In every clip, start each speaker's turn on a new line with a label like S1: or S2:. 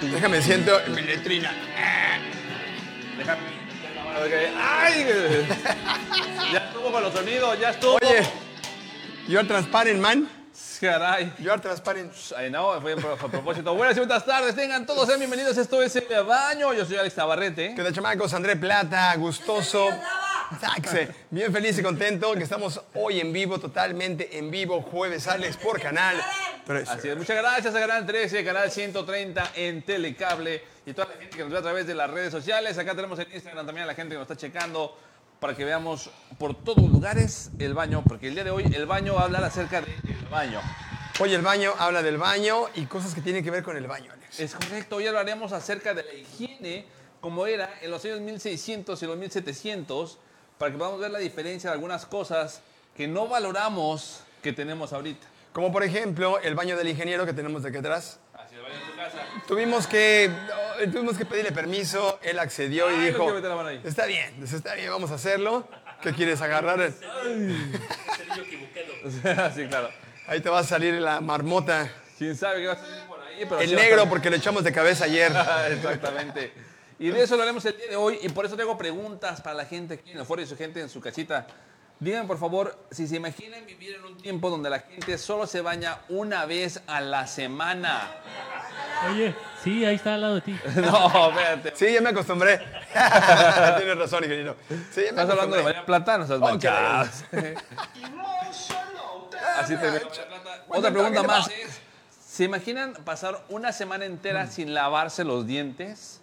S1: Déjame siento en mi letrina.
S2: Ah. Déjame. ¡Ay! Ya estuvo con los sonidos, ya estuvo.
S1: Oye, you're transparent, man.
S2: Caray.
S1: You are transparent.
S2: Ay, no, fue a propósito. Buenas y buenas tardes, tengan todos sean bienvenidos. Esto es El Baño. Yo soy Alex Tabarrete.
S1: ¿Qué tal, chamacos? André Plata, gustoso. Taxe. Bien feliz y contento que estamos hoy en vivo, totalmente en vivo, jueves Alex por canal. 13.
S2: Así es, muchas gracias a Canal 13, Canal 130 en Telecable y toda la gente que nos ve a través de las redes sociales. Acá tenemos en Instagram también a la gente que nos está checando para que veamos por todos lugares el baño, porque el día de hoy el baño va a hablar acerca del baño.
S1: Hoy el baño habla del baño y cosas que tienen que ver con el baño, Alex.
S2: Es correcto, hoy hablaremos acerca de la higiene como era en los años 1600 y los 1700 para que podamos ver la diferencia de algunas cosas que no valoramos que tenemos ahorita.
S1: Como por ejemplo el baño del ingeniero que tenemos de aquí atrás.
S2: Así el baño de tu casa.
S1: Tuvimos que, oh, tuvimos que pedirle permiso, él accedió
S2: Ay,
S1: y
S2: no
S1: dijo,
S2: Ah, quiero meter la mano ahí.
S1: está bien, dice, está bien, vamos a hacerlo. ¿Qué quieres agarrar?
S2: sí, claro.
S1: Ahí te va a salir la marmota.
S2: Quién sabe qué va a salir por ahí, pero sí
S1: El
S2: va a
S1: negro
S2: estar-
S1: porque lo echamos de cabeza ayer.
S2: Exactamente. Y de eso hablaremos el día de hoy y por eso tengo preguntas para la gente aquí en el foro y su gente en su casita. Díganme por favor si se imaginan vivir en un tiempo donde la gente solo se baña una vez a la semana.
S3: Oye, sí, ahí está al lado de ti.
S2: No, espérate.
S1: Sí, ya me acostumbré. Tienes razón, ingeniero. Sí, ya me
S2: Estás hablando de
S1: acostumbré.
S2: Bahía Plata, no estás
S1: Ok.
S2: manchado. Así te veo. Otra pregunta más es, ¿se imaginan pasar una semana entera
S1: Mm.
S2: sin lavarse los dientes?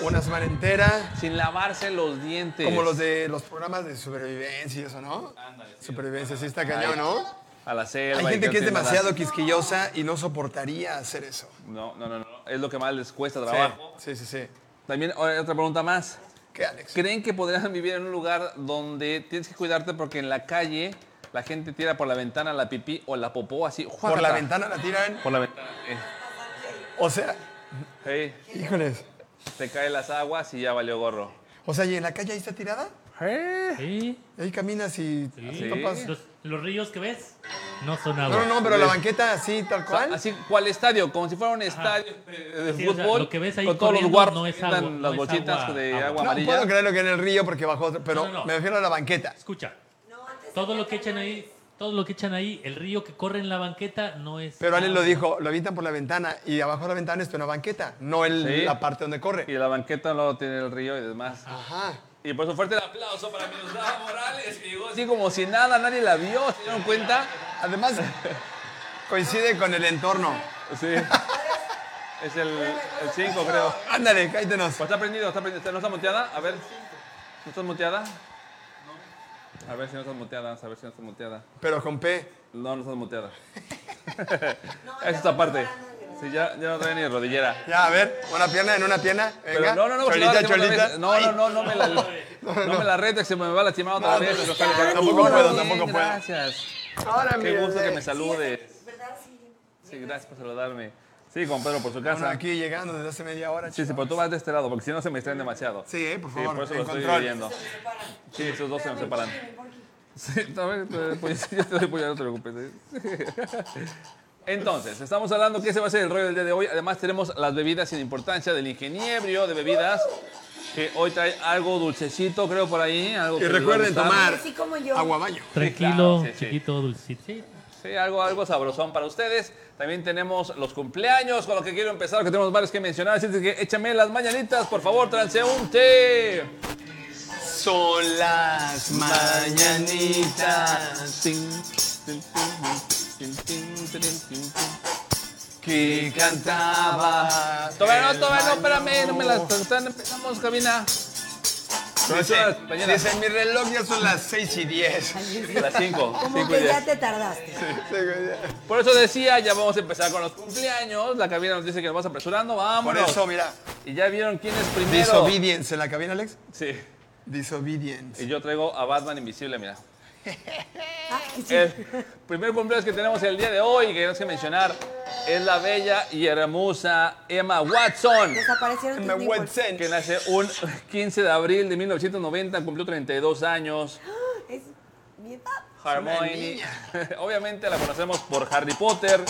S1: Una semana entera,
S2: Sin lavarse los dientes.
S1: como los de los programas de supervivencia y eso, ¿no? Supervivencia, sí está cañón, ¿no?
S2: A la selva.
S1: Hay
S2: y
S1: gente que es
S2: tienen las-
S1: demasiado quisquillosa y no soportaría hacer eso.
S2: No, no, no, no. Es lo que más les cuesta
S1: Sí,
S2: trabajo.
S1: Sí, sí, sí.
S2: También o- otra pregunta más.
S1: ¿Qué, Alex?
S2: ¿Creen que podrían vivir en un lugar donde tienes que cuidarte porque en la calle la gente tira por la ventana la pipí o la popó así?
S1: Por
S2: ¡juácata!
S1: la ventana la tiran.
S2: Por la ventana. eh.
S1: O sea,
S2: Hey,
S1: híjoles.
S2: te caen las aguas y ya valió gorro.
S1: O sea, ¿y en la calle ahí está tirada?
S3: Sí,
S1: Ahí caminas y
S3: Sí.
S1: topas.
S3: Los, los ríos que ves no son agua.
S1: No, no, no, pero la banqueta así, tal
S2: O sea,
S1: cual.
S2: Así, ¿cuál estadio? Como si fuera un estadio de, de
S3: Sí, o sea,
S2: fútbol.
S3: lo que ves ahí
S2: con todos los
S3: corriendo
S2: guarros
S3: no
S2: que
S3: es
S2: tiran
S3: agua,
S2: las
S3: no es
S2: bolsitas
S3: agua,
S2: de agua,
S3: agua.
S1: No
S2: amarilla.
S1: puedo creer lo que en el río porque bajó otro, pero
S3: No, no, no.
S1: me refiero a la banqueta.
S3: Escucha, todo lo que echan ahí, todo lo que echan ahí, el río que corre en la banqueta no es.
S1: Pero Alex
S3: agua.
S1: lo dijo, lo avientan por la ventana y abajo de la ventana está una banqueta, no el,
S2: Sí.
S1: la parte donde
S2: Y
S1: corre.
S2: la banqueta luego tiene el río y demás.
S1: Ajá.
S2: Y por eso fuerte el aplauso para Miroslava Morales, que llegó así como si nada, nadie la vio, ¿se dieron cuenta?
S1: Además, coincide con el entorno.
S2: Sí. Es el 5, creo.
S1: Ándale, cálltenos.
S2: Pues está prendido, está prendido. ¿No está muteada? A ver. ¿No estás muteada? A ver si no estás muteada, a ver si no estás muteada.
S1: Pero con P.
S2: No, no estás muteada. Esa es aparte. Sí, ya, ya no trae ni rodillera.
S1: Ya, a ver, una pierna en una pierna. Venga.
S2: Pero no, no, no, porque
S1: Cholita,
S2: la última
S1: cholita.
S2: vez- No, no, no, no me la, no, me la reto, que se me va a lastimar otra
S1: No,
S2: vez.
S1: no,
S2: y
S1: no,
S2: sale
S1: no,
S2: para-
S1: tampoco
S2: Bien,
S1: puedo, tampoco puedo.
S2: Gracias.
S1: Ahora
S2: Qué
S1: mira,
S2: gusto que
S1: eh.
S2: me saludes.
S4: ¿Verdad? Sí.
S2: Sí, gracias por saludarme. Sí, con Pedro por su casa.
S1: Bueno, Pues aquí llegando desde hace media hora.
S2: Sí, sí,
S1: chaval.
S2: pero tú vas de este lado, porque si no se me distraen demasiado.
S1: Sí, eh, por
S2: Sí,
S1: favor,
S2: por eso
S1: en
S2: lo estoy
S1: control.
S2: viviendo.
S4: Se separan.
S2: Sí, esos dos se nos separan.
S4: Espérame, Porky.
S2: Sí, a ver, te- pues, yo te doy pollo, no te preocupes. ¿eh? Entonces, estamos hablando que ese va a ser el rollo del día de hoy. Además, tenemos las bebidas sin importancia del ingeniero de bebidas, que hoy trae algo dulcecito, creo, por ahí. Algo
S1: Y
S2: que les va a
S1: recuerden
S2: gustar.
S1: tomar
S4: Así como yo.
S1: agua baño.
S2: Sí,
S3: Tranquilo,
S2: claro, sí, sí.
S3: chiquito, dulcito. Sí.
S2: Sí, algo, algo sabrosón para ustedes. También tenemos los cumpleaños, con lo que quiero empezar, que tenemos varios que mencionar. Así que échame las mañanitas, por favor, transeúnte.
S1: Son las mañanitas que cantaba.
S2: Todavía no, todavía no, espérame, no me las están, empezamos, cabina.
S1: Dice,
S2: Son las mañanas.
S1: dice, mi reloj ya son las 6 y 10.
S2: Las 5,
S4: Como que ya te tardaste.
S2: Por eso decía, ya vamos a empezar con los cumpleaños. La cabina nos dice que nos vamos apresurando,
S1: Por
S2: vámonos.
S1: eso, mira.
S2: Y ya vieron quién es primero.
S1: Disobedience en la cabina, Alex.
S2: Sí.
S1: Disobedience.
S2: Y yo traigo a Batman Invisible, mira.
S4: Ay, Ah, sí.
S2: El primer cumpleaños que tenemos el día de hoy, que tenemos que mencionar, es la bella y hermosa Emma Watson,
S4: Desaparecieron
S1: Me
S4: tus
S1: went
S4: nipples.
S1: sense.
S2: que nace un 15 de abril de 1990, cumplió 32 años.
S4: Es mi edad.
S2: Harmony. Obviamente la conocemos por Harry Potter,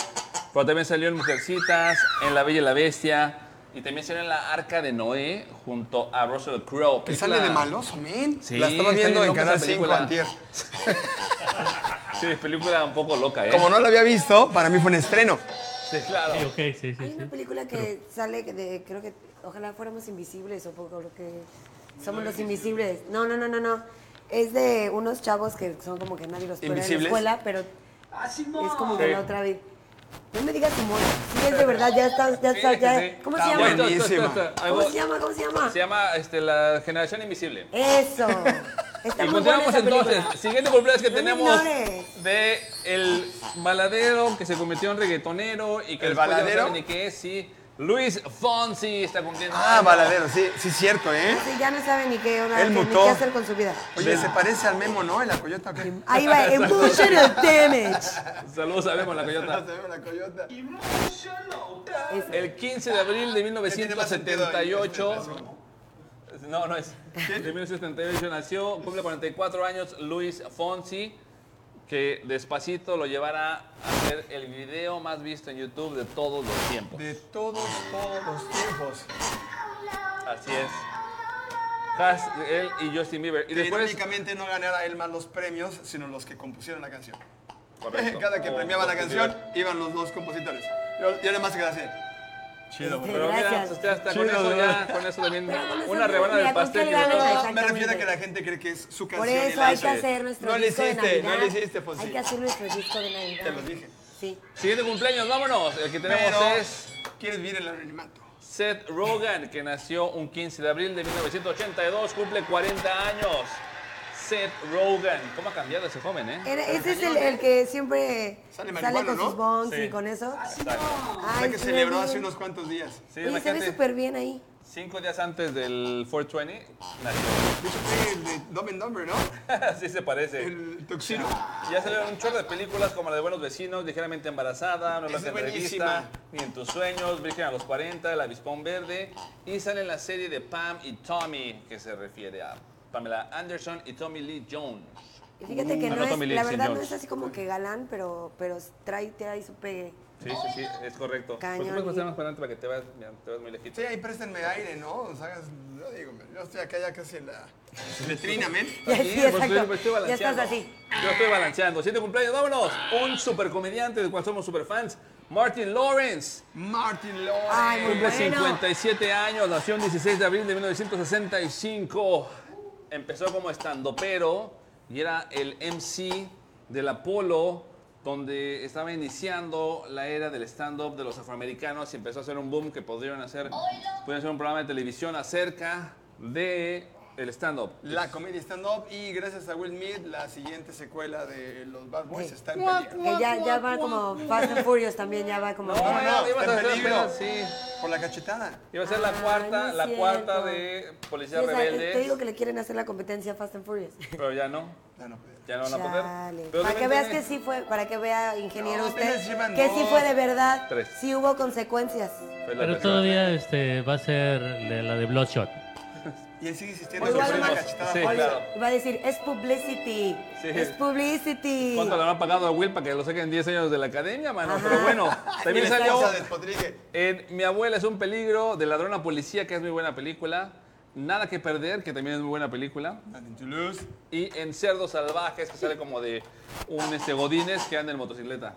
S2: pero también salió en Mujercitas, en La Bella y la Bestia, Y también sale en la Arca de Noé junto a Russell Crowe.
S1: Que sale
S2: Película-
S1: de maloso, men.
S2: Sí,
S1: la estaba
S2: está
S1: viendo
S2: bien
S1: en
S2: loca
S1: Canal
S2: esa
S1: 5
S2: película.
S1: antier.
S2: Sí, es película un poco loca, ¿eh?
S1: Como no la había visto, para mí fue un estreno.
S2: Sí, claro.
S3: Sí, ok, sí, sí.
S4: Hay
S3: sí.
S4: una película que sale de, creo que, ojalá fuéramos invisibles o poco lo que somos los invisibles. No, no, no, no, no. Es de unos chavos que son como que nadie los puede en la
S1: ¿Invisibles?
S4: escuela, pero es como de
S2: Sí.
S4: la otra vez. No me digas humor. Sí, es de verdad, ya está, ya está,
S2: Sí, sí,
S4: ya.
S2: sí.
S4: ¿Cómo se
S2: Está
S4: llama?
S2: bueno, está, está,
S1: Buenísima.
S2: está. Ahí
S4: ¿Cómo
S2: voy.
S4: se llama? ¿Cómo se llama?
S2: Se llama este, La Generación Invisible.
S4: Eso. Está
S2: Y
S4: muy buena
S2: continuamos
S4: esa película.
S2: entonces. Siguiente cumpleaños que
S4: No me
S2: tenemos
S4: ignores.
S2: de el baladero que se convirtió en reggaetonero y que
S1: ¿El
S2: después ya
S1: baladero?
S2: no sabe ni qué es, sí. Luis Fonsi está cumpliendo.
S1: Ah,
S2: años.
S1: baladero, sí, sí, cierto, ¿eh?
S4: Sí, ya no sabe ni qué, una-
S1: Él
S4: ni
S1: mutó.
S4: qué hacer con su vida.
S1: Oye, se parece al Memo, ¿no? En la coyota. ¿o qué?
S4: Ahí va, emotional damage.
S2: Saludos a Memo, la
S1: Ah,
S2: coyota.
S1: se ve una coyota.
S4: Eso.
S2: El 15 de abril de 1978. No, no es. De 1978 nació, cumple 44 años Luis Fonsi, que despacito lo llevará a hacer el video más visto en YouTube de todos los tiempos.
S1: De todos, todos los tiempos.
S2: Así es. Has, él y Justin Bieber. Y
S1: Que
S2: después.
S1: Irónicamente no ganara él más los premios, sino los que compusieron la canción.
S2: Correcto.
S1: Cada que
S2: O
S1: premiaba la
S2: Justin
S1: canción,
S2: Bieber.
S1: iban los dos compositores. Yo, yo además quedé así. Chido,
S4: Este,
S1: güey.
S2: Pero mira,
S4: Gracias.
S2: usted hasta con
S1: Chido,
S2: eso ya,
S1: ¿verdad?
S2: con eso también.
S4: Pero con eso
S2: Una
S4: no,
S2: rebanada
S4: mira,
S2: del
S4: ¿con
S2: pastel
S4: qué
S2: y otra.
S4: ganas?
S1: No, me
S4: Exactamente.
S1: refiero a que la gente cree que es su
S4: Por
S1: canción. y
S4: eso
S1: la
S4: hay que
S1: hace.
S4: hacer nuestro
S1: No le
S4: disco de
S1: hiciste,
S4: Navidad.
S1: no le hiciste, Fonsi.
S4: Hay que hacer nuestro disco de Navidad.
S1: Te lo dije.
S4: Sí.
S2: Siguiente cumpleaños, vámonos. El que tenemos
S1: Pero
S2: es.
S1: quieres vivir el anonimato.
S2: Seth Rogen, que nació un 15 de abril de 1982, cumple 40 años. Seth Rogen. ¿Cómo ha cambiado ese joven, eh?
S4: Era- ese es el, el que siempre
S1: Sale
S4: sale,
S1: marihuana,
S4: con
S1: ¿no? Ah,
S4: sus bongs
S2: Sí.
S4: y con eso.
S1: O sea, que
S4: sí,
S1: celebró
S4: amigo.
S1: hace unos cuantos días.
S2: Sí,
S4: Oye, se ve
S2: imagínate,
S4: súper bien ahí.
S2: cinco días antes del 420
S1: De hecho, fue el de Dumb and Dumber, ¿no?
S2: nació. Así se parece.
S1: El tuxedo.
S2: Ya salieron un chorro de películas como la de Buenos Vecinos, Ligeramente Embarazada, Nueva
S1: Esa es
S2: Entrevista, Ni en Tus Sueños, Virgen a los 40, El Avispón Verde. Y sale la serie de Pam y Tommy, que se refiere a Pamela Anderson y Tommy Lee Jones.
S4: Y fíjate que
S2: Ah,
S4: no
S2: no,
S4: es,
S2: Tommy Lee,
S4: la verdad
S2: señor.
S4: no es así como que galán, pero, pero trae, trae su pegue.
S2: Sí, sí, sí, es correcto. Pues tú
S4: Cañón.
S2: puedes pasar más para adelante para que te veas, mira, te veas muy lejito.
S1: Sí, ahí préstenme aire, ¿no? O sea, yo digo, yo estoy acá ya casi en la letrina, men.
S4: Ya,
S2: Aquí,
S4: sí,
S2: pues,
S4: exacto.
S2: estoy- estoy
S4: ya
S2: balanceando.
S4: estás así.
S2: Yo estoy balanceando. Siete cumpleaños, vámonos. Un supercomediante del cual somos superfans, Martin Lawrence.
S1: Martin Lawrence.
S4: Ay, muy
S2: Cumple
S4: bueno.
S2: 57 años, nació el 16 de abril de 1965. Empezó como estandopero y era el MC del Apolo, donde estaba iniciando la era del stand-up de los afroamericanos y empezó a hacer un boom que podrían hacer, podrían hacer un programa de televisión acerca de el stand-up.
S1: La comedia stand-up y gracias a Will Smith, la siguiente secuela de Los Bad Boys
S4: Sí.
S1: está en peligro.
S4: Que ya, ya va como Fast and Furious también, ya va como...
S2: No, eh, no, no,
S1: está
S2: ibas
S1: en
S2: a hacer
S1: peligro.
S2: apenas, sí.
S1: Por la cachetada.
S2: Iba a ser la
S4: Ay,
S2: cuarta,
S4: Ah, no es
S2: la cuarta
S4: cierto.
S2: de
S4: Sí,
S2: Policía
S4: o sea,
S2: Rebelde,
S4: eh, te digo que le quieren hacer la competencia a Fast and Furious.
S2: pero ya no,
S1: Ya no puede.
S2: ya no van a
S4: Chale.
S2: poder. Pero
S4: Para que
S2: también
S4: veas
S2: tiene-
S4: que sí fue, para que vea, ingeniero,
S1: No,
S4: usted,
S1: apenas llevan
S4: que
S1: dos.
S4: sí fue de verdad,
S2: Tres.
S4: sí hubo consecuencias.
S2: Fue la
S3: Pero
S2: tercera.
S3: todavía este, va a ser de la de Bloodshot.
S1: Y él sigue insistiendo
S4: Oye,
S1: en
S4: igual
S1: una
S4: no-
S1: cachetada.
S2: Sí,
S1: por-
S2: claro.
S4: Va a decir, es publicity,
S2: Sí.
S4: es publicity.
S2: ¿Cuánto le habrán pagado a Will para que lo saquen 10 años de la academia, mano? Pero bueno, también
S1: Mira,
S2: salió
S1: esposa de Podrigue.
S2: en Mi abuela es un peligro, de Ladrona Policía, que es muy buena película. Nada que perder, que también es muy buena película.
S1: Nothing to lose.
S2: Y en Cerdos Salvajes, que sale como de un este, Godines que anda en motocicleta.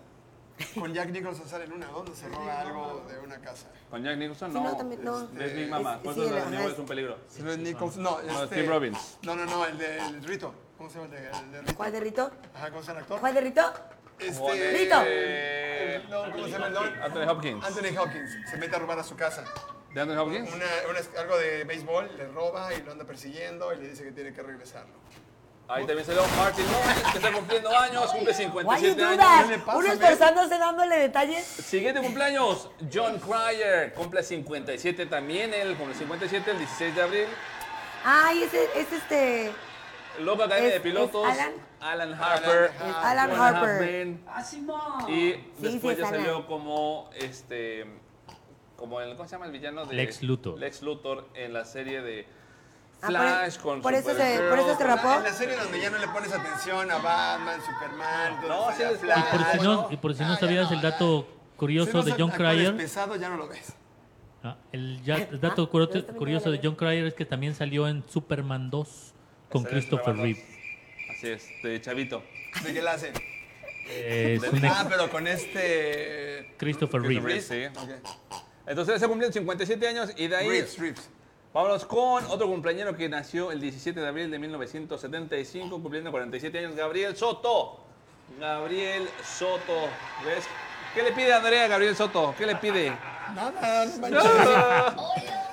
S1: Con Jack Nicholson sale en una donde se roba algo de una casa.
S2: Con Jack Nicholson,
S4: Sí,
S2: no.
S4: no, también, no.
S2: Es Big Mama.
S4: Es-
S2: ¿Cuánto
S4: sí,
S2: es la
S4: ajá,
S2: Mi abuela es
S4: es-
S2: un peligro?
S1: Se ve Nicholson. No, este...
S2: Steve Robbins.
S1: No, no, no, el del Rito. ¿Cómo se llama el de, el de Rito?
S4: ¿Cuál de Rito?
S1: Ajá, ¿cómo se llama el actor?
S4: ¿Cuál de Rito?
S1: Este...
S4: Rito.
S2: Eh,
S1: No, ¿Cómo se llama el don?
S2: Anthony Hopkins.
S1: Anthony Hopkins se mete a robar a su casa.
S2: ¿De Anthony Hopkins?
S1: Una, una- algo de béisbol, le roba y lo anda persiguiendo y le dice que tiene que regresarlo.
S2: Ahí también salió Martin Lawrence, que está cumpliendo años, cumple
S4: Why you
S2: 57
S4: do
S2: años.
S4: that?
S1: ¿qué le pasa,
S4: Uno
S1: men?
S4: esforzándose dándole detalles.
S2: Siguiente cumpleaños, John Cryer, cumple 57 también, él cumple 57 el 16 de abril.
S4: Ay, ese es este...
S2: Loco Academia
S4: Es-
S2: de Pilotos,
S4: es Alan.
S2: Alan Harper.
S1: Alan
S4: Alan
S2: Alan
S4: Harper.
S2: Halfman. Y
S4: sí,
S2: después
S4: es
S2: ya
S4: Alan.
S2: salió como este. Como el, ¿Cómo se llama el villano de
S3: Lex Luthor.
S2: Lex Luthor en la serie de
S4: Ah, por-
S2: Flash con
S4: por eso se-
S2: Supergirl,
S4: por eso se
S2: con-
S4: rapó.
S1: En la serie donde ya no le pones atención a Batman, Superman, todo
S2: No,
S1: eso,
S2: sí
S1: ya
S2: les-
S1: Flash.
S3: Y por si no,
S2: bueno.
S3: y por si no
S1: Ah, ya
S3: sabías
S1: no,
S3: el
S1: ya.
S3: dato
S1: Si
S3: curioso
S1: no
S3: de
S1: son
S3: John
S1: actores
S3: Cryer,
S1: pesado ya no lo ves.
S3: Ah, El ya- dato curo-
S4: ¿Eh? Ah, yo también
S3: curioso
S4: voy a
S3: de John Cryer es que también salió en Superman 2 con
S2: Excelente
S3: Christopher
S2: trabajo.
S3: Reeve.
S2: Así es, de Chavito.
S1: ¿De qué la hace?
S3: Eh, Es un
S1: Ah,
S3: ex-
S1: pero con este...
S3: Christopher Reeve.
S2: Reeves, sí. Entonces se cumplieron 57 años y de ahí
S1: Reeves, Reeves.
S2: vámonos con otro cumpleañero que nació el 17 de abril de 1975, cumpliendo 47 años, Gabriel Soto. Gabriel Soto, ¿ves? ¿Qué le pide Andrea a Gabriel Soto? ¿Qué le pide?
S1: Nada, no manches.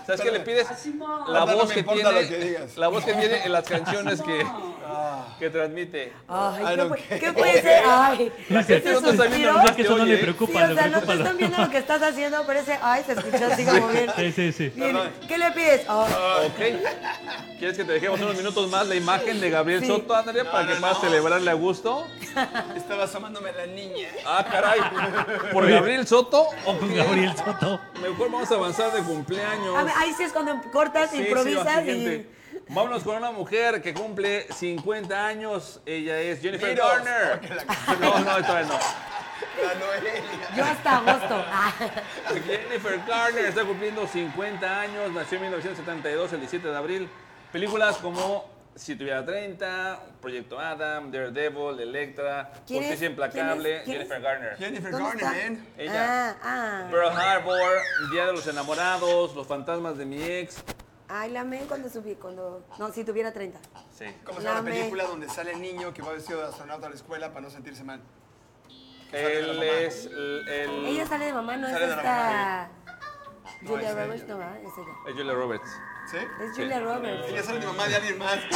S2: ¿Sabes qué le pides? La
S1: No, no
S2: voz
S1: me
S2: que
S1: importa
S2: tiene,
S1: lo que digas.
S2: la voz que tiene en las canciones que, que transmite.
S1: I
S4: Ay, ¿qué,
S1: don't
S4: fue-
S1: care.
S4: ¿qué puede ser? Ay,
S3: La
S4: ese
S2: gente no te está viendo,
S4: suspiro.
S2: no
S3: Es que eso
S2: Oye,
S3: no
S2: ¿eh?
S3: le
S2: sí,
S4: Sí,
S3: preocupa,
S4: o
S3: le
S4: sea, no
S3: preocupa
S4: te
S3: la-
S4: están viendo lo que estás haciendo, pero ese ay se escuchó así como bien.
S3: Sí, sí, sí.
S4: Bien, ¿qué le pides? Oh, Ay,
S2: Ok. ¿Quieres que te dejemos unos minutos más la imagen de Gabriel
S4: Sí.
S2: Soto, Andrea, para que puedas celebrarle a gusto?
S1: Estaba asomándome la niña.
S2: Ah, caray. ¿Por Gabriel Soto? o
S3: Con
S2: qué?
S3: Gabriel Soto.
S2: Mejor vamos a avanzar de cumpleaños.
S4: a ver, ahí sí es cuando cortas,
S2: Ah, Sí, sí,
S4: improvisas
S2: siguiente.
S4: y.
S2: Vámonos con una mujer que cumple 50 años. Ella es Jennifer
S1: Beatles.
S2: Garner.
S1: Porque la-
S2: No, no, todavía no.
S1: La Noelia.
S4: Yo hasta agosto. Ah,
S2: Jennifer Garner está cumpliendo 50 años, nació en 1972, el 17 de abril. Películas como Si tuviera 30, Proyecto Adam, Daredevil, Electra,
S4: ¿Quién es?
S2: Justicia Implacable,
S4: ¿Quién es? ¿Quién
S2: Jennifer
S4: es?
S2: Garner.
S1: Jennifer
S4: ¿Dónde
S1: Garner,
S4: está?
S1: man.
S2: Ella.
S4: Ah, ah.
S2: Pearl Harbor, Día de los Enamorados, Los Fantasmas de mi Ex.
S4: Ay, la amé cuando subí, cuando. No, si tuviera 30.
S2: Sí.
S1: ¿Cómo se llama la
S4: Lame.
S1: película donde sale el niño que va vestido de astronauta a la escuela para no sentirse mal?
S2: Él es el... el-
S4: Ella sale de mamá, no
S1: Sale
S4: es
S1: de la
S4: esta.
S1: No,
S4: Julia
S1: es ella.
S4: Roberts, no va, es ella.
S2: es Julia Roberts.
S1: ¿Sí?
S4: Es Julia Roberts.
S1: Ella sale de mamá de alguien más.
S3: Y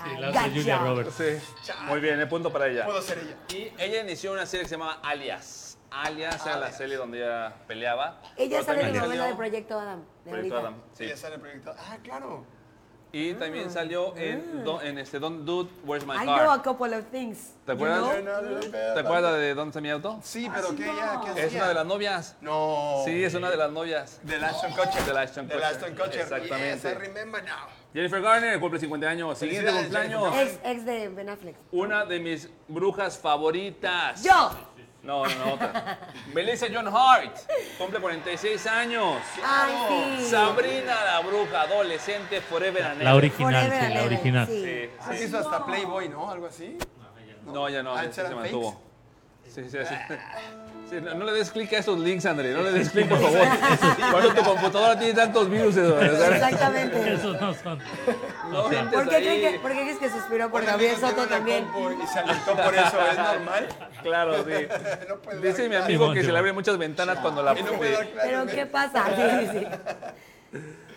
S4: Ay,
S3: la otra es Julia
S4: gacha.
S3: Roberts.
S2: Sí. Muy bien, el punto para ella.
S1: Puedo ser ella.
S2: Y ella inició una serie que se llamaba Alias. Alias era la serie donde ella peleaba.
S4: Ella
S2: Pero
S4: sale de
S2: también
S4: novela de
S2: salió-
S4: Proyecto Adam. De
S2: Proyecto
S4: ahorita. Ah.
S2: Adam, sí.
S1: Ella sale en el proyecto. Ah, claro.
S2: Y también salió en, Don- en este Don't Dude, Where's My
S4: I know a
S2: Car.
S4: couple of things.
S2: ¿Te
S4: you
S2: acuerdas?
S4: know?
S2: ¿Te acuerdas de Don't Send Me Auto?
S1: Sí, pero que ella, ¿qué hacía?
S2: Es una de las novias.
S1: No.
S2: Sí, es una de las novias.
S1: Del Ashton Kutcher.
S2: Del Ashton
S1: Del
S2: Kutcher.
S1: Ashton Kutcher.
S2: Exactamente.
S1: Yes, I remember now.
S2: Jennifer Garner cumple 50 años. Siguiente
S1: Felicidades,
S2: cumpleaños.
S1: Jennifer.
S4: Ex, ex de Ben Affleck.
S2: Una de mis brujas favoritas.
S4: Yo.
S2: No, no, no, otra. Melissa John Hart cumple 46 años.
S4: Ay, sí.
S2: Sabrina la bruja, adolescente, forever and
S3: La
S2: ever.
S3: original,
S4: Forever
S3: sí, la
S4: and ever,
S3: original.
S4: sí.
S2: Sí,
S1: Ah, que hizo hasta Playboy, ¿no? Algo así.
S2: No, ya no,
S1: Ah,
S2: sí, sí,
S1: ¿eran
S2: se
S1: fakes?
S2: mantuvo. Sí, sí, sí. Sí, no, no le des clic a esos links, André. No le des clic, por favor. Por eso tu computadora tiene tantos virus.
S4: Exactamente.
S3: Esos no son.
S2: No entres
S4: ¿Por qué,
S2: ahí.
S4: creen que, ¿Por qué crees que suspiró por Gabriel
S1: Porque tiene
S4: Soto
S1: una
S4: también?
S1: compu Y se alentó por eso, ¿es normal?
S2: Claro, sí.
S1: No puede dar
S2: Dice mi
S1: clases.
S2: amigo
S3: Sí,
S2: que se
S3: Moncho.
S2: le abren muchas ventanas cuando la...
S1: Y no puede dar clases.
S4: Pero ¿qué pasa? Sí, sí.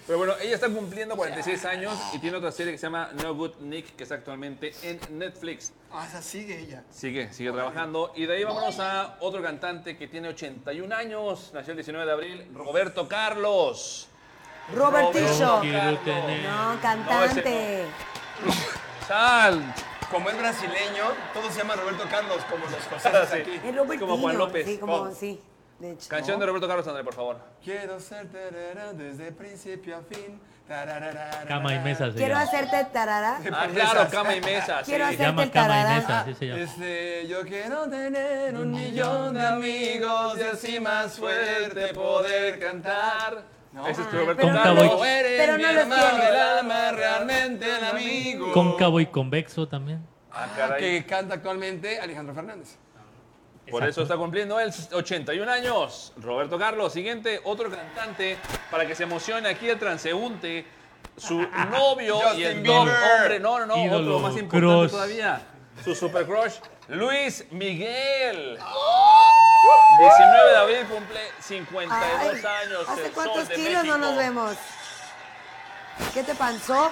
S2: Pero bueno, ella está cumpliendo 46 años y tiene otra serie que se llama No Good Nick, que está actualmente en Netflix.
S1: Ah, esa sigue ella.
S2: Sigue, sigue trabajando. Y de ahí vámonos a otro cantante que tiene 81 años, nació el 19 de abril, Roberto Carlos.
S4: Robertillo.
S3: Quiero tener-
S4: No, cantante.
S2: Sal.
S1: Como es brasileño, todos se llaman Roberto Carlos, como los coseros
S2: Sí.
S1: aquí.
S4: Es Robertillo.
S2: Como Juan López.
S4: Sí, como, sí. De hecho.
S2: Canción de Roberto Carlos, André, por favor.
S1: Quiero ser tarara desde principio a fin. tarararara.
S3: Cama y mesa se
S4: Quiero
S3: llama.
S4: hacerte tarara.
S2: Ah,
S1: Por
S2: claro,
S1: esas.
S2: cama y mesa. sí.
S4: Quiero
S3: Se
S4: hacer-
S3: llama
S4: el
S3: cama y
S4: tarará.
S3: mesa, así se llama.
S1: Este, yo quiero tener un millón de amigos y así más fuerte poder cantar. No,
S2: Ese es
S4: Ah,
S2: Roberto
S4: pero no
S2: Carlos.
S4: los-
S1: eres
S4: pero
S1: mi
S4: no los
S1: hermano
S4: tiene.
S1: del alma, realmente el amigo.
S3: Cóncavo y convexo también.
S2: Ah, caray.
S1: Que canta actualmente Alejandro Fernández.
S2: Por eso está cumpliendo él 81 años. Roberto Carlos, siguiente, otro cantante, para que se emocione aquí el transeúnte, su novio y el
S1: Justin
S2: don
S1: Bieber.
S2: hombre, no, no, no,
S3: Ídolo,
S2: otro más importante
S3: crush.
S2: todavía, su super crush, Luis Miguel. 19 de abril cumple 52
S4: Ay,
S2: años.
S4: ¿Hace
S2: el
S4: cuántos
S2: Sol de
S4: kilos
S2: México.
S4: no nos vemos? ¿Qué te panzó?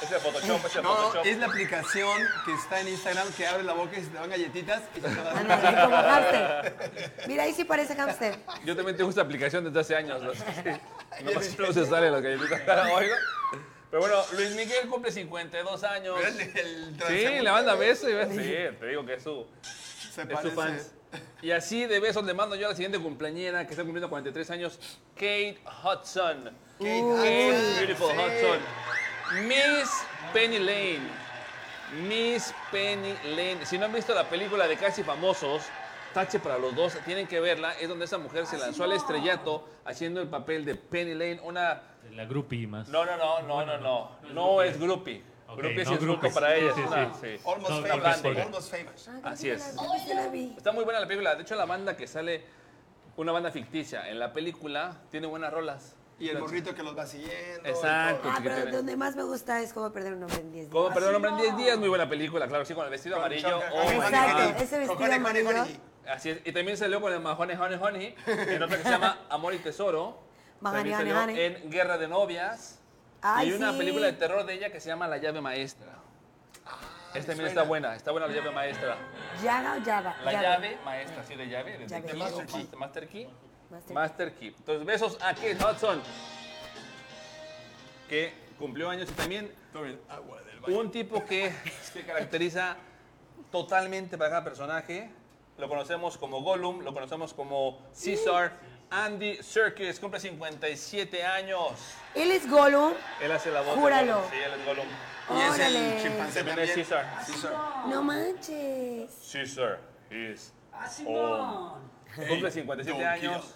S2: Ese Photoshop, ese
S1: No, eh,
S2: Photoshop.
S1: es la aplicación que está en Instagram que abre la boca y se te dan galletitas y se te
S4: Ah,
S1: dan
S4: no, así como hámster. Mira, ahí sí parece hámster.
S2: Yo también tengo esta aplicación desde hace años. ¿no? Sí. Nomás siempre se sale las galletitas. Oigo. Pero bueno, Luis Miguel cumple 52 años.
S1: El- el
S2: Sí,
S1: transeúnte
S2: la banda beso y ves- Sí, te digo que es su,
S1: Se
S2: es su
S1: parece.
S2: fans. Y así de besos le mando yo a la siguiente cumpleañera que está cumpliendo 43 años, Kate Hudson.
S1: Kate
S2: Kate
S1: Hudson,
S2: Beautiful
S1: sí.
S2: Hudson. Miss Penny Lane. Miss Penny Lane. Si no han visto la película de Casi Famosos, Tache para los dos, tienen que verla. Es donde esa mujer se lanzó al estrellato haciendo el papel de Penny Lane, una
S3: La groupie más.
S2: No, no, no, no, no, no. No es groupie.
S3: Ok,
S2: Groupie es
S3: no
S2: insulto
S3: groupies.
S2: para ellas.
S3: Sí, sí,
S2: Ah,
S3: sí.
S2: sí.
S1: Almost
S3: No, no,
S1: famous.
S3: no, no.
S1: almost famous.
S4: Ah,
S2: Así es.
S4: Sí la vi.
S2: Está muy buena la película. De hecho, la banda que sale, una banda ficticia, en la película tiene buenas rolas.
S1: Y el borrito que los va siguiendo. y
S2: Exacto.
S1: todo.
S4: Ah,
S2: que
S4: pero
S2: tiene-
S4: donde más me gusta es cómo perder un hombre en 10 días.
S2: Como Perdón, hombre, en 10 días, muy buena película, claro, sí, con el vestido
S1: Con
S2: amarillo.
S1: Chuck-
S2: Oh, my
S4: Exacto,
S2: God.
S1: Honey,
S4: ese
S1: con
S4: vestido
S1: Honey, Honey,
S4: amarillo.
S1: Honey.
S2: Así es. Y también salió con el Mahoney Honey Honey, en otra que se llama Amor y Tesoro.
S4: Mahoney,
S2: También
S4: Honey,
S2: salió
S4: Honey.
S2: en Guerra de Novias.
S4: Ay,
S2: y una
S4: sí.
S2: película de terror de ella que se llama La Llave Maestra.
S1: Ah,
S2: Esta también está buena, está buena La Llave Maestra.
S4: Yaga o Java.
S2: La
S4: Yaga.
S2: llave, maestra, sí, de llave, de
S4: Llave.
S2: de
S4: Master
S2: Master, Key. Master Key.
S4: Master
S2: Master Key. Entonces, besos a Kate Hudson, que cumplió años y también
S1: Tomen agua del baño.
S2: un tipo que se caracteriza totalmente para cada personaje. Lo conocemos como Gollum, lo conocemos como Caesar. Andy Serkis cumple 57 años.
S4: Él es Gollum.
S2: Él hace la voz. de
S4: Júralo.
S2: Gollum. Sí, él es Gollum.
S1: Y es
S4: Órale.
S1: el chimpancé
S2: También es
S1: también.
S2: Caesar.
S1: Caesar.
S4: No manches.
S2: Caesar is old. Cumple 57
S1: don't kill
S2: años.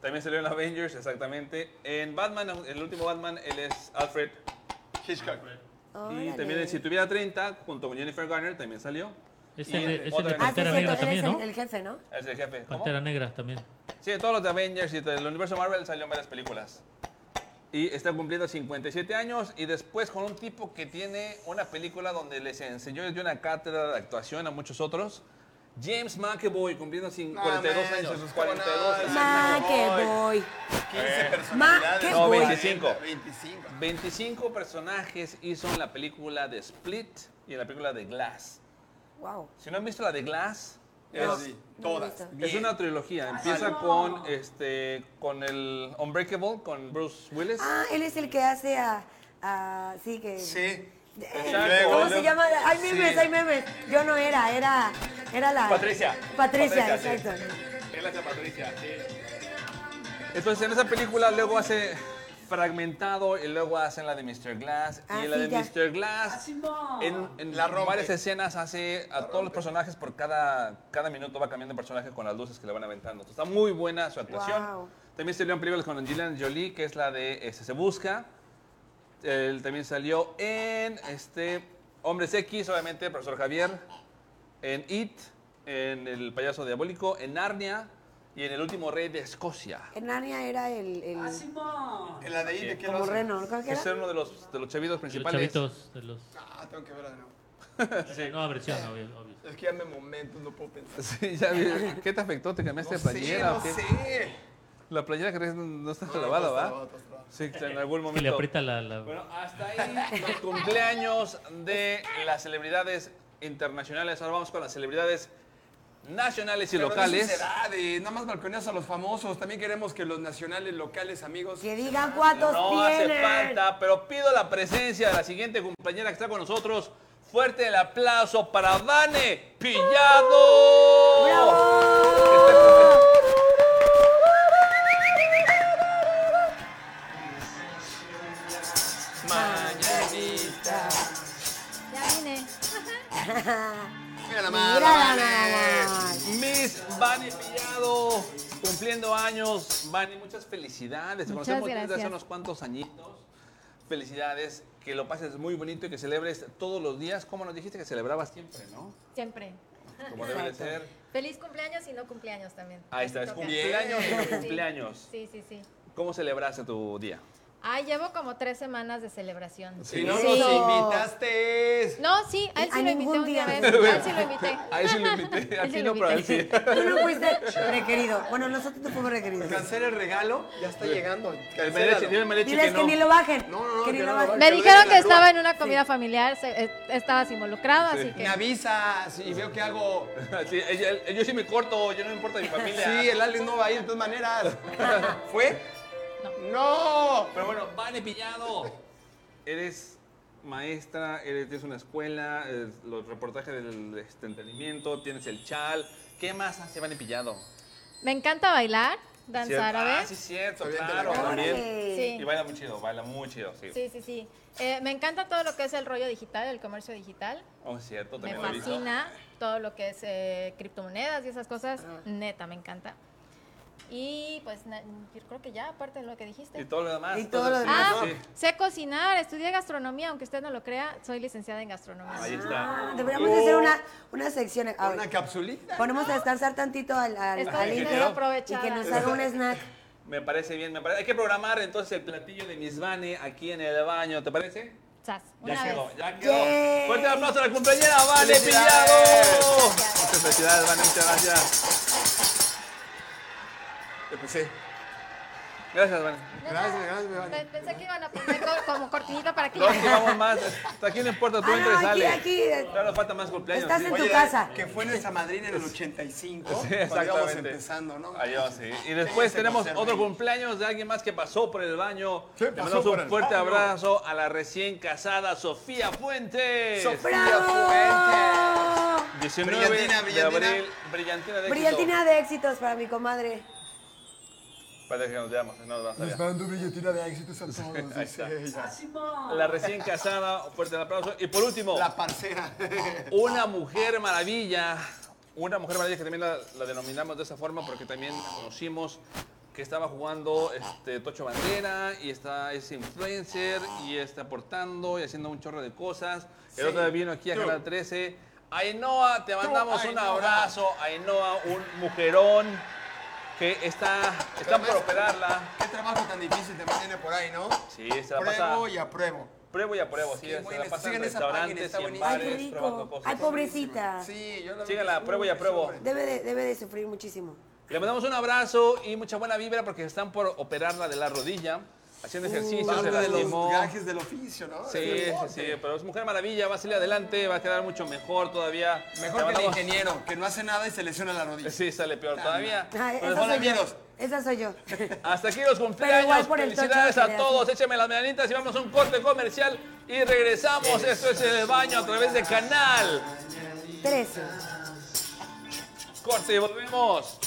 S2: También salió en Avengers, exactamente. En Batman, el último Batman, él es Alfred.
S1: Hitchcock.
S2: Y
S1: Oh,
S4: Órale. Ah,
S2: también en Si tuviera 30, junto con Jennifer Garner, también salió.
S3: Es
S2: Y
S3: el de- es el
S2: otra
S3: de
S2: vez,
S4: Ah, sí,
S3: Pantera
S4: es
S3: Negra
S4: cierto, él es
S3: también,
S4: el,
S3: ¿no?
S4: el jefe, ¿no?
S2: es el jefe. ¿Cómo?
S3: Pantera Negra también.
S2: Sí, de todos los de Avengers y del universo Marvel salió en varias películas. Y está cumpliendo 57 años y después con un tipo que tiene una película donde les enseñó y dio una cátedra de actuación a muchos otros. James McAvoy cumpliendo cin-
S1: No,
S2: 42
S1: man,
S2: años.
S1: se los
S2: 42
S1: conoce.
S2: años.
S4: Ma, Ah, que
S1: Ay.
S4: voy.
S1: 15
S4: qué
S1: personalidades.
S4: No,
S2: bueno. 25.
S1: 25.
S2: 25 personajes hizo en la película de Split y en la película de Glass.
S4: Wow.
S2: Si no han visto la de Glass,
S1: Es
S4: No,
S1: así,
S4: no
S1: todas.
S4: me gusta.
S2: es
S1: bien.
S2: una trilogía. Empieza con, este, con el Unbreakable, con Bruce Willis.
S4: Ah, él es el que hace a. a- sí, que.
S1: Sí.
S4: Eh,
S2: Exacto.
S4: ¿Cómo se llama? Hay memes,
S1: Sí.
S4: hay memes. Yo no era, era. Era la.
S2: Patricia.
S4: Patricia,
S2: Patricia, sí.
S4: exacto.
S2: Entonces en esa película luego hace fragmentado y luego hacen la de Mr. Glass
S4: Ah,
S2: y la
S4: sí,
S2: de
S4: ya.
S2: Mr. Glass en, en
S1: La rompe.
S2: varias escenas hace a todos los personajes por cada, cada minuto va cambiando el personaje con las luces que le van aventando. Entonces, está muy buena su actuación.
S4: Wow.
S2: También salió en películas con Angelina Jolie que es la de este, Se Busca. Él también salió en este Hombres X, obviamente, el profesor Javier, en It, en El payaso diabólico, en Narnia y en El último rey de Escocia.
S4: Hernania era el. el
S1: En la de ahí, ¿de qué lo
S4: como
S1: hacen?
S4: reno, ¿no? ¿Cuál que
S2: Es
S4: era?
S2: uno de los, de los chavitos
S3: Los
S2: principales.
S3: chavitos de los...
S1: Ah, tengo que verla de nuevo.
S3: La nueva versión, obvio. obvio.
S1: Es que ya me momento, no puedo pensar.
S2: Sí, ya vi. ¿Qué te afectó? ¿Te cambiaste
S1: No
S2: de
S1: sé,
S2: playera?
S1: no
S2: o qué?
S1: sé.
S2: La playera que traes no- no está lavada, ¿va?
S1: Otros trabajos.
S2: Sí, en algún
S3: Y le
S2: momento.
S3: aprieta la... la-
S2: Bueno, hasta ahí los cumpleaños de las celebridades internacionales. Ahora vamos con las celebridades nacionales y
S1: Pero
S2: locales.
S1: eso será de- eh, nada más balconeas a los famosos. También queremos que los nacionales, locales, amigos.
S4: Que digan cuántos
S2: No hace
S4: tienen.
S2: falta, pero pido la presencia de la siguiente compañera que está con nosotros. Fuerte el aplauso para Vane Pillado. Mañanita.
S5: Ya vine.
S1: Mira la
S4: Mira la nada.
S2: Miss Vani Pillado, cumpliendo años. Vani, muchas felicidades. Te
S5: Muchas
S2: conocemos desde hace
S5: gracias.
S2: unos cuantos añitos. Felicidades, que lo pases muy bonito y que celebres todos los días, como nos dijiste que celebrabas siempre, ¿no?
S5: Siempre.
S2: Como debe de ser.
S5: Feliz cumpleaños y no cumpleaños también.
S2: Ahí está, es
S5: Toca.
S2: cumpleaños,
S5: Sí.
S2: no cumpleaños.
S5: Sí, sí, sí.
S2: ¿Cómo celebraste tu día?
S5: Ay, llevo como tres semanas de celebración.
S1: Si no
S4: Sí.
S1: nos invitaste.
S5: No, sí, a él
S4: A
S5: sí lo invité
S4: ningún
S5: un día.
S4: día.
S5: vez. A él sí lo invité.
S2: A él sí lo invité, a
S5: Él sí
S2: ti
S5: lo
S2: no, pero a él sí.
S5: invité.
S4: Tú no fuiste requerido. Bueno, nosotros no fuimos requeridos.
S1: Cancela el regalo, ya está llegando.
S2: El Merechi, dile al
S1: Cancélalo.
S2: Merechi
S4: Diles
S2: que
S4: que
S2: no.
S4: ni lo bajen.
S1: No, no, no,
S4: Que ni
S1: que
S4: lo
S1: no lo
S4: bajen.
S1: bajen.
S5: Me
S1: lo
S5: dijeron
S1: dejen
S5: que
S1: en la
S5: estaba
S1: grúa.
S5: en una comida familiar, se- eh, estabas involucrado, así
S1: Me
S5: que.
S1: avisas y veo que hago.
S2: Sí, ella- él- yo sí me corto, yo no me importa mi familia.
S1: Sí, el Alex no va a ir de todas maneras. ¿Fue? No.
S2: Pero bueno, Vane Pillado. Eres maestra, eres, tienes una escuela, eh, los reportajes del Ah, este, entretenimiento, tienes el chal. ¿Qué más hace Vane Pillado?
S5: Me encanta bailar, danza
S2: Cierto.
S5: árabe.
S2: Ah, sí, cierto,
S1: Está bien,
S2: claro.
S1: te la
S2: también.
S4: Órale.
S5: Sí.
S2: Y baila muy chido, baila muy chido, sí.
S5: Sí, sí, sí. Eh, me encanta todo lo que es el rollo digital, el comercio digital.
S2: Oh, es cierto,
S5: Me
S2: también lo he visto.
S5: fascina todo lo que es eh, criptomonedas y esas cosas.
S2: Ah.
S5: Neta, me encanta. Y pues na- yo creo que ya, aparte de lo que dijiste.
S2: Y todo lo demás.
S4: Y todo lo
S2: entonces,
S5: Ah,
S2: sí, sí.
S5: sé cocinar, estudié gastronomía, aunque usted no lo crea, soy licenciada en gastronomía.
S2: Ahí está.
S4: Ah, Deberíamos hacer una, una sección. ah,
S1: Oh. Una capsulita.
S4: Ponemos a descansar tantito al, al,
S5: Estoy
S4: al
S5: medio
S4: Inge y
S5: aprovechada.
S4: que nos haga un snack.
S2: Me parece bien, me parece. Hay que programar entonces el platillo de Miss Vane aquí en el baño, ¿te parece?
S5: Sas,
S2: Ya
S5: una vez.
S2: quedó, ya quedó.
S4: Yay.
S2: Fuerte aplauso a la compañera Vane
S1: Felicidades.
S2: Pillado. Muchas felicidades, Vane, muchas gracias.
S1: Empecé.
S2: Gracias, Vane.
S1: Gracias, gracias, Vane.
S5: Pe- Pensé que iban a poner co- como cortinita para que
S2: No, que vamos más. Aquí no importa, tú
S4: Ah,
S2: entres,
S4: no, aquí,
S2: sale.
S4: aquí.
S2: Claro, falta más cumpleaños.
S4: Estás
S2: sí.
S4: en tu casa.
S1: Que fue nuestra madrina en el 85.
S2: Sí,
S1: cuando íbamos
S2: exactamente.
S1: empezando, ¿no?
S2: Adiós, sí. Y después
S1: Sí,
S2: tenemos
S1: se
S2: otro
S1: conserva ahí.
S2: cumpleaños de alguien más que pasó por el baño.
S1: Sí,
S2: Le
S1: pasó
S2: mandamos
S1: por
S2: un
S1: el
S2: fuerte
S1: baño.
S2: abrazo a la recién casada Sofía Fuentes.
S4: ¡Bravo!
S2: 19
S1: Brillantina,
S2: de
S1: brillantina.
S2: abril. Brillantina de éxito.
S4: Brillantina de éxitos para mi comadre.
S2: Espérate que nos veamos, no, no, sabía.
S1: mando billetina de éxitos a todos,
S2: Ahí está.
S1: ella.
S2: La recién casada, un fuerte aplauso. Y por último,
S1: La parcera.
S2: una mujer maravilla. Una mujer maravilla que también la, la denominamos de esa forma porque también la conocimos que estaba jugando este, Tocho Bandera y está, es influencer y está aportando y haciendo un chorro de cosas. El otro día vino aquí a
S1: Tú.
S2: Canal 13. Ainhoa, te mandamos un
S1: Ainhoa.
S2: abrazo. Ainhoa, un mujerón que está, está por operarla.
S1: Qué trabajo tan difícil te mantiene por ahí, ¿no?
S2: Sí, se la pasa.
S1: Pruebo y apruebo.
S2: Pruebo y apruebo, sí,
S1: Qué
S2: se
S1: buena,
S2: la pasan en
S1: sigan esa página,
S2: restaurantes
S1: está
S2: y en
S1: buenísima.
S4: Ay, qué
S2: bares probando
S4: rico.
S2: cosas.
S4: Ay, pobrecita.
S1: Sí, yo la
S2: Síganla, apruebo y apruebo.
S4: Debe de, debe de sufrir muchísimo.
S2: Le mandamos un abrazo y mucha buena vibra porque están por operarla de la rodilla, haciendo ejercicio,
S1: Parte
S2: se
S1: Uh, de los
S2: lastimó.
S1: gajes del oficio, ¿no?
S2: Sí,
S1: Del
S2: sí,
S1: deporte.
S2: sí, pero es mujer maravilla, va a salir adelante, va a quedar mucho mejor todavía. Le
S1: Mejor que el
S2: mandamos-
S1: ingeniero, que no hace nada y se lesiona la rodilla.
S2: Sí, sale peor todavía.
S4: Ay,
S2: Pero bueno,
S4: esa soy Ah, yo.
S1: miedos.
S4: Esa soy yo.
S2: Hasta aquí los
S4: Pero igual
S2: cumpleaños.
S4: por el tocho
S2: Felicidades
S4: que
S2: a
S4: le
S2: todos. Échame las medianitas y vamos a un corte comercial y regresamos. Esto es el baño a través de canal.
S4: 13.
S2: Corte y volvemos.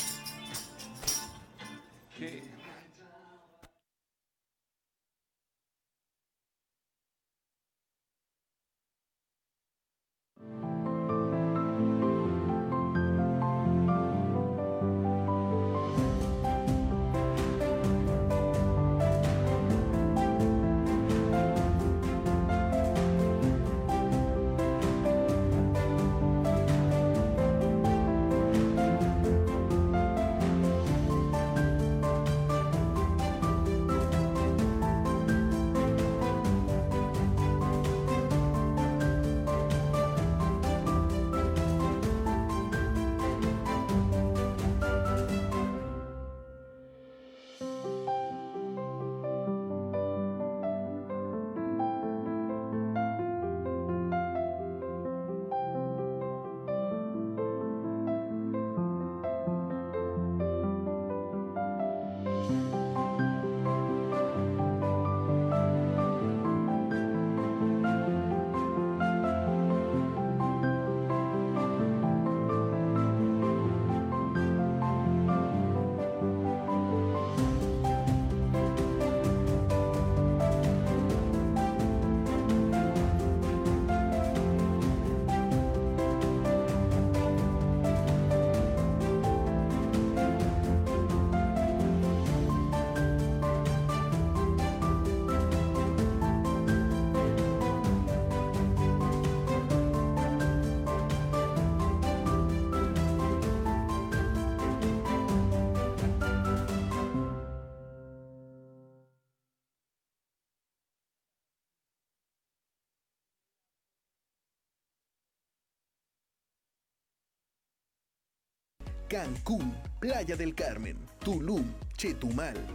S6: Cancún, Playa del Carmen, Tulum, Chetumal,